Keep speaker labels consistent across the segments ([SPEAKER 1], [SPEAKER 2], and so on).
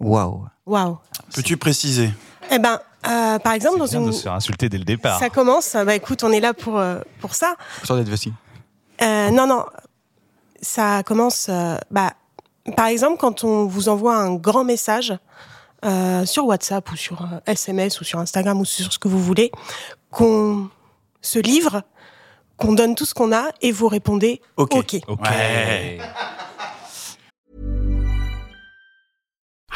[SPEAKER 1] Waouh.
[SPEAKER 2] Waouh.
[SPEAKER 3] Peux-tu préciser
[SPEAKER 2] Eh ben, euh, par exemple, dans
[SPEAKER 4] C'est bien de
[SPEAKER 2] une...
[SPEAKER 4] se faire insulter dès le départ.
[SPEAKER 2] Ça commence, bah écoute, on est là pour, euh, pour ça.
[SPEAKER 1] Sans d'être vexé.
[SPEAKER 2] Euh, non, non, ça commence, euh, bah, par exemple, quand on vous envoie un grand message euh, sur WhatsApp ou sur euh, SMS ou sur Instagram ou sur ce que vous voulez, qu'on se livre, qu'on donne tout ce qu'on a et vous répondez
[SPEAKER 3] Ok.
[SPEAKER 2] OK.
[SPEAKER 4] Ok.
[SPEAKER 3] Ouais.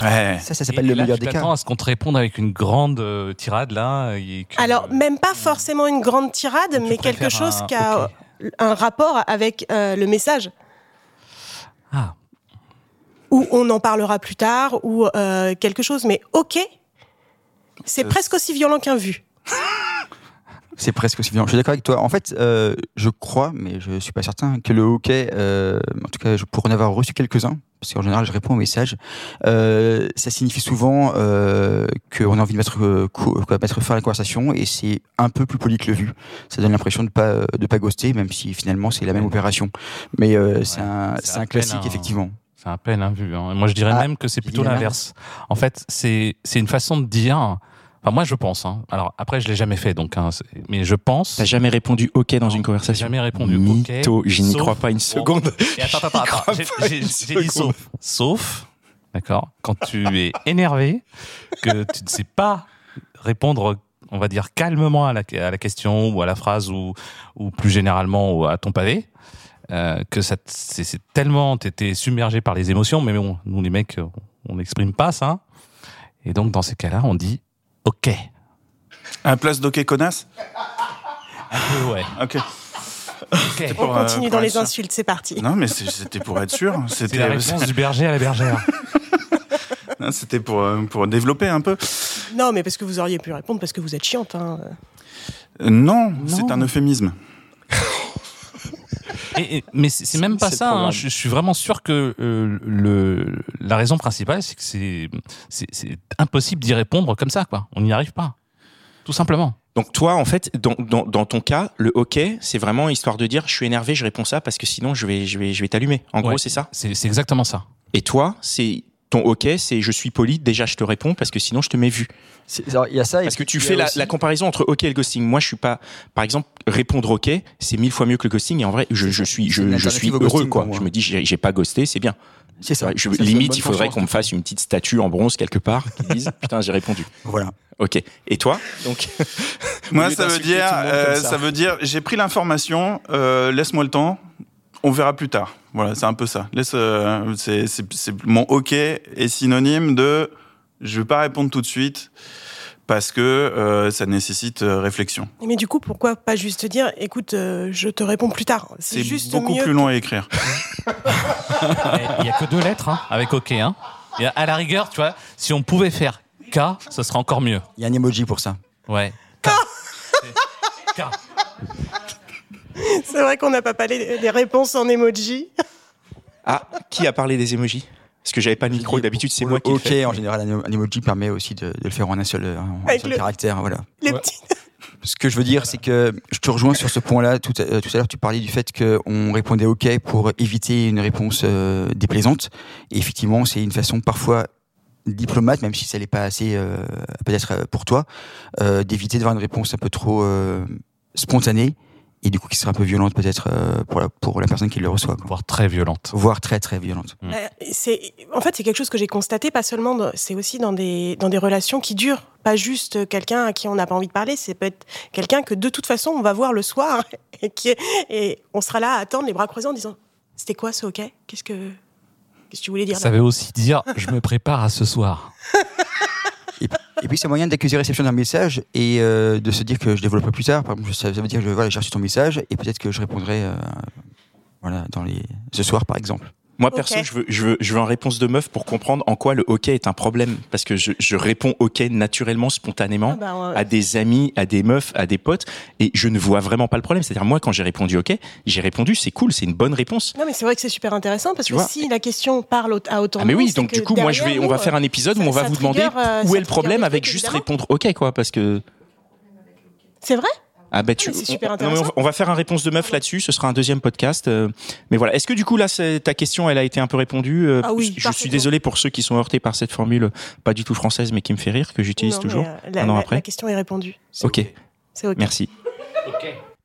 [SPEAKER 3] Ouais.
[SPEAKER 1] Ça, ça
[SPEAKER 5] Et
[SPEAKER 1] s'appelle le
[SPEAKER 5] là,
[SPEAKER 1] meilleur
[SPEAKER 5] tu
[SPEAKER 1] des
[SPEAKER 5] t'attends
[SPEAKER 1] cas.
[SPEAKER 5] à ce qu'on te réponde avec une grande euh, tirade là. et que-
[SPEAKER 3] euh,
[SPEAKER 2] Alors, même pas forcément une grande tirade,
[SPEAKER 5] tu
[SPEAKER 2] mais quelque
[SPEAKER 5] préfères
[SPEAKER 2] chose
[SPEAKER 5] un-
[SPEAKER 2] qui a
[SPEAKER 5] ok.
[SPEAKER 2] un rapport avec euh, le message.
[SPEAKER 5] Ah.
[SPEAKER 2] Ou on en parlera plus tard, ou euh, quelque chose. Mais OK, c'est
[SPEAKER 3] Euh,
[SPEAKER 2] presque aussi violent qu'un vu.
[SPEAKER 1] C'est presque aussi violent. Je suis d'accord avec toi. En fait, euh, je crois, mais je suis pas certain, que le hockey, euh, en tout cas, je- pour en avoir reçu quelques-uns, parce qu'en général, je réponds aux messages, euh, ça signifie souvent euh, qu'on a envie de mettre, euh, cou- quoi, mettre fin à la conversation et c'est un peu plus poli que le vu. Ça donne l'impression de pas, euh, de pas ghoster, même si finalement, c'est la même opération. Mais euh, c'est
[SPEAKER 5] Ouais,
[SPEAKER 1] un,
[SPEAKER 5] c'est
[SPEAKER 1] c'est
[SPEAKER 5] à
[SPEAKER 1] un
[SPEAKER 5] peine
[SPEAKER 1] classique,
[SPEAKER 5] un-
[SPEAKER 1] effectivement.
[SPEAKER 5] C'est un peine, hein, vu. hein. Moi, je dirais
[SPEAKER 1] Ah,
[SPEAKER 5] même que c'est
[SPEAKER 1] tu
[SPEAKER 5] plutôt
[SPEAKER 1] dis la
[SPEAKER 5] l'inverse. En fait, c'est c'est une façon de dire. Enfin, moi, je pense. hein. Alors, après, je l'ai jamais fait, donc. hein, c'est- mais je pense.
[SPEAKER 6] T'as jamais répondu OK dans
[SPEAKER 5] Non,
[SPEAKER 6] une conversation
[SPEAKER 5] j'ai jamais répondu OK,
[SPEAKER 6] Mytho, je n'y
[SPEAKER 5] sauf-
[SPEAKER 6] crois pas une seconde.
[SPEAKER 5] Et attends, attends,
[SPEAKER 6] J'y
[SPEAKER 5] attends.
[SPEAKER 6] crois
[SPEAKER 5] J'ai-
[SPEAKER 6] pas
[SPEAKER 5] J'ai
[SPEAKER 6] une
[SPEAKER 5] j'ai dit
[SPEAKER 6] seconde.
[SPEAKER 5] sauf. Sauf, d'accord, quand tu es énervé, que tu ne sais pas répondre, on va dire, calmement à la, à la question ou à la phrase ou, ou plus généralement ou à ton pavé. euh, que ça te- c'est c'est tellement t'étais submergé par les émotions mais bon nous les mecs on n'exprime pas ça et donc dans ces cas-là on dit ok
[SPEAKER 3] Un place d'hockey connasse
[SPEAKER 5] ouais
[SPEAKER 3] Ok.
[SPEAKER 5] ok
[SPEAKER 2] On
[SPEAKER 3] Pour, euh,
[SPEAKER 2] continue
[SPEAKER 3] pour
[SPEAKER 2] dans
[SPEAKER 3] être
[SPEAKER 2] les
[SPEAKER 3] sûr.
[SPEAKER 2] insultes, c'est parti.
[SPEAKER 3] Non, mais c'est- c'était pour être sûr.
[SPEAKER 5] c'est la
[SPEAKER 3] C'était euh,
[SPEAKER 5] réponse du berger à la bergère
[SPEAKER 3] non, c'était pour, euh, pour développer un peu.
[SPEAKER 2] Non, mais parce que vous auriez pu répondre, parce que vous êtes chiante. hein.
[SPEAKER 3] Euh, non, c'est un euphémisme.
[SPEAKER 5] Et- et- mais c'est- c'est même pas
[SPEAKER 6] C'est
[SPEAKER 5] ça. hein.
[SPEAKER 6] programme.
[SPEAKER 5] Je, je suis vraiment sûr que euh, le, la raison principale, c'est que c'est- c'est c'est impossible d'y répondre comme ça. Quoi. On n'y arrive pas. Tout simplement.
[SPEAKER 6] Donc toi, en fait, dans, dans, dans ton cas, le OK, c'est vraiment histoire de dire, je suis énervé, je réponds ça parce que sinon je vais, je vais, je vais t'allumer. En
[SPEAKER 5] Ouais.
[SPEAKER 6] gros, c'est ça.
[SPEAKER 5] C'est c'est exactement ça.
[SPEAKER 6] Et toi, c'est ton OK, c'est je suis poli, déjà je te réponds parce que sinon je te mets vu.
[SPEAKER 1] C'est- alors, Il y a ça. et
[SPEAKER 6] Parce que tu
[SPEAKER 1] puis, il y
[SPEAKER 6] fais
[SPEAKER 1] a
[SPEAKER 6] la,
[SPEAKER 1] aussi-
[SPEAKER 6] la comparaison entre OK et le ghosting. Moi, je suis pas, par exemple, répondre OK, c'est mille fois mieux que le ghosting. Et en vrai, je, je suis,
[SPEAKER 1] C'est
[SPEAKER 6] je,
[SPEAKER 1] une
[SPEAKER 6] je suis
[SPEAKER 1] alternative au
[SPEAKER 6] heureux,
[SPEAKER 1] ghosting,
[SPEAKER 6] quoi.
[SPEAKER 1] pour moi.
[SPEAKER 6] Je me dis, j'ai j'ai pas ghosté, c'est bien.
[SPEAKER 1] C'est ça.
[SPEAKER 6] Je-
[SPEAKER 1] Ça, c'est une
[SPEAKER 6] limite,
[SPEAKER 1] bonne
[SPEAKER 6] il faudrait
[SPEAKER 1] conscience.
[SPEAKER 6] qu'on me fasse une petite statue en bronze quelque part qui dise, putain, j'ai répondu.
[SPEAKER 1] Voilà.
[SPEAKER 6] OK. Et toi, donc,
[SPEAKER 3] Moi,
[SPEAKER 6] lieu
[SPEAKER 3] ça veut
[SPEAKER 6] d'insulter
[SPEAKER 3] dire,
[SPEAKER 6] tout le monde comme
[SPEAKER 3] euh,
[SPEAKER 6] ça.
[SPEAKER 3] ça veut dire, j'ai pris l'information, euh, laisse-moi le temps, on verra plus tard. Voilà, c'est un peu ça. Laisse, euh, c'est, c'est- c'est- mon OK est synonyme de, je vais pas répondre tout de suite parce que euh, ça nécessite euh, réflexion.
[SPEAKER 2] Mais du coup, pourquoi pas juste dire, écoute, euh, je te réponds plus tard.
[SPEAKER 3] C'est
[SPEAKER 2] C'est juste
[SPEAKER 3] beaucoup
[SPEAKER 2] mieux
[SPEAKER 3] plus long à écrire.
[SPEAKER 5] Et Il n'y a que deux lettres hein, avec OK. Hein. Et à la rigueur, tu vois, si on pouvait faire K, ce serait encore mieux.
[SPEAKER 1] Il y a un emoji pour ça.
[SPEAKER 5] Ouais. K.
[SPEAKER 6] Ah
[SPEAKER 5] K.
[SPEAKER 2] C'est vrai qu'on n'a pas parlé des réponses en emoji.
[SPEAKER 6] ah, qui a parlé des émojis Parce que j'avais pas le micro. D'habitude, c'est
[SPEAKER 1] Pour
[SPEAKER 6] moi
[SPEAKER 1] le
[SPEAKER 6] qui le
[SPEAKER 1] OK,
[SPEAKER 6] fais.
[SPEAKER 1] en général, un un emoji permet aussi de, de le faire en un seul, en un
[SPEAKER 2] Avec
[SPEAKER 1] seul
[SPEAKER 2] le-
[SPEAKER 1] caractère. Voilà.
[SPEAKER 2] Les
[SPEAKER 5] Ouais.
[SPEAKER 2] petits-
[SPEAKER 1] Ce que je veux dire, c'est que je te rejoins sur ce point-là. Tout à, euh, tout à l'heure, tu parlais du fait qu'on répondait OK pour éviter une réponse euh, déplaisante. Et effectivement, c'est une façon parfois diplomate, même si ça n'est pas assez, euh, peut-être euh, pour toi, euh, d'éviter d'avoir une réponse un peu trop euh, spontanée et du coup qui sera un peu violente peut-être euh, pour, la, pour la personne qui le reçoit, quoi.
[SPEAKER 5] voire très violente.
[SPEAKER 1] voire très très violente.
[SPEAKER 5] Mm.
[SPEAKER 2] Euh, c'est en fait c'est quelque chose que j'ai constaté pas seulement dans- c'est aussi dans des dans des relations qui durent pas juste quelqu'un à qui on n'a pas envie de parler c'est peut-être quelqu'un que de toute façon on va voir le soir et qui est- et on sera là à attendre les bras croisés en disant c'était quoi ce ok qu'est-ce que qu'est-ce que tu voulais dire
[SPEAKER 5] Ça
[SPEAKER 2] là
[SPEAKER 5] veut aussi dire je me prépare à ce soir.
[SPEAKER 1] Et puis c'est un moyen d'accuser réception d'un message et euh, de se dire que je développerai plus tard. Par exemple, ça, ça veut dire que voilà, j'ai reçu ton message et peut-être que je répondrai euh, voilà, dans les... ce soir par exemple.
[SPEAKER 6] Moi,
[SPEAKER 2] Ok.
[SPEAKER 6] perso, je veux, je, veux, je veux en réponse de meuf pour comprendre en quoi le hockey est un problème. Parce que je, je réponds hockey naturellement, spontanément.
[SPEAKER 2] Ah bah, on-
[SPEAKER 6] à des amis, à des meufs, à des potes, et je ne vois vraiment pas le problème. C'est-à-dire, moi, quand j'ai répondu OK, j'ai répondu, c'est cool, c'est une bonne réponse.
[SPEAKER 2] non mais c'est vrai que c'est super intéressant parce
[SPEAKER 6] Tu
[SPEAKER 2] que
[SPEAKER 6] vois.
[SPEAKER 2] si la question parle au- à autant
[SPEAKER 6] Ah
[SPEAKER 2] de
[SPEAKER 6] mais
[SPEAKER 2] monde,
[SPEAKER 6] oui,
[SPEAKER 2] c'est
[SPEAKER 6] donc
[SPEAKER 2] que
[SPEAKER 6] du coup, moi, je
[SPEAKER 2] derrière,
[SPEAKER 6] vais, on
[SPEAKER 2] nous,
[SPEAKER 6] va faire un épisode où
[SPEAKER 2] ça-
[SPEAKER 6] on va
[SPEAKER 2] ça
[SPEAKER 6] vous
[SPEAKER 2] trigger,
[SPEAKER 6] demander
[SPEAKER 2] euh,
[SPEAKER 6] où est
[SPEAKER 2] ça
[SPEAKER 6] le
[SPEAKER 2] trigger
[SPEAKER 6] problème
[SPEAKER 2] des
[SPEAKER 6] avec
[SPEAKER 2] trucs,
[SPEAKER 6] juste
[SPEAKER 2] évidemment.
[SPEAKER 6] répondre OK, quoi, parce que
[SPEAKER 2] c'est vrai
[SPEAKER 6] ah bah
[SPEAKER 2] Ah,
[SPEAKER 6] tu,
[SPEAKER 2] mais c'est super
[SPEAKER 6] on- non, mais on,
[SPEAKER 2] intéressant.
[SPEAKER 6] on va faire un réponse de meuf là-dessus. Ce sera un deuxième podcast, euh, mais voilà. Est-ce que du coup là, c'est- ta question, elle a été un peu répondue euh,
[SPEAKER 2] Ah oui,
[SPEAKER 6] Je suis
[SPEAKER 2] parfaitement.
[SPEAKER 6] désolé pour ceux qui sont heurtés par cette formule pas du tout française, mais qui me fait rire que j'utilise
[SPEAKER 2] Non, mais,
[SPEAKER 6] toujours.
[SPEAKER 2] euh, la,
[SPEAKER 6] un an
[SPEAKER 2] la-
[SPEAKER 6] après.
[SPEAKER 2] la question est répondue C'est
[SPEAKER 6] Ok.
[SPEAKER 2] c'est ok
[SPEAKER 6] Merci.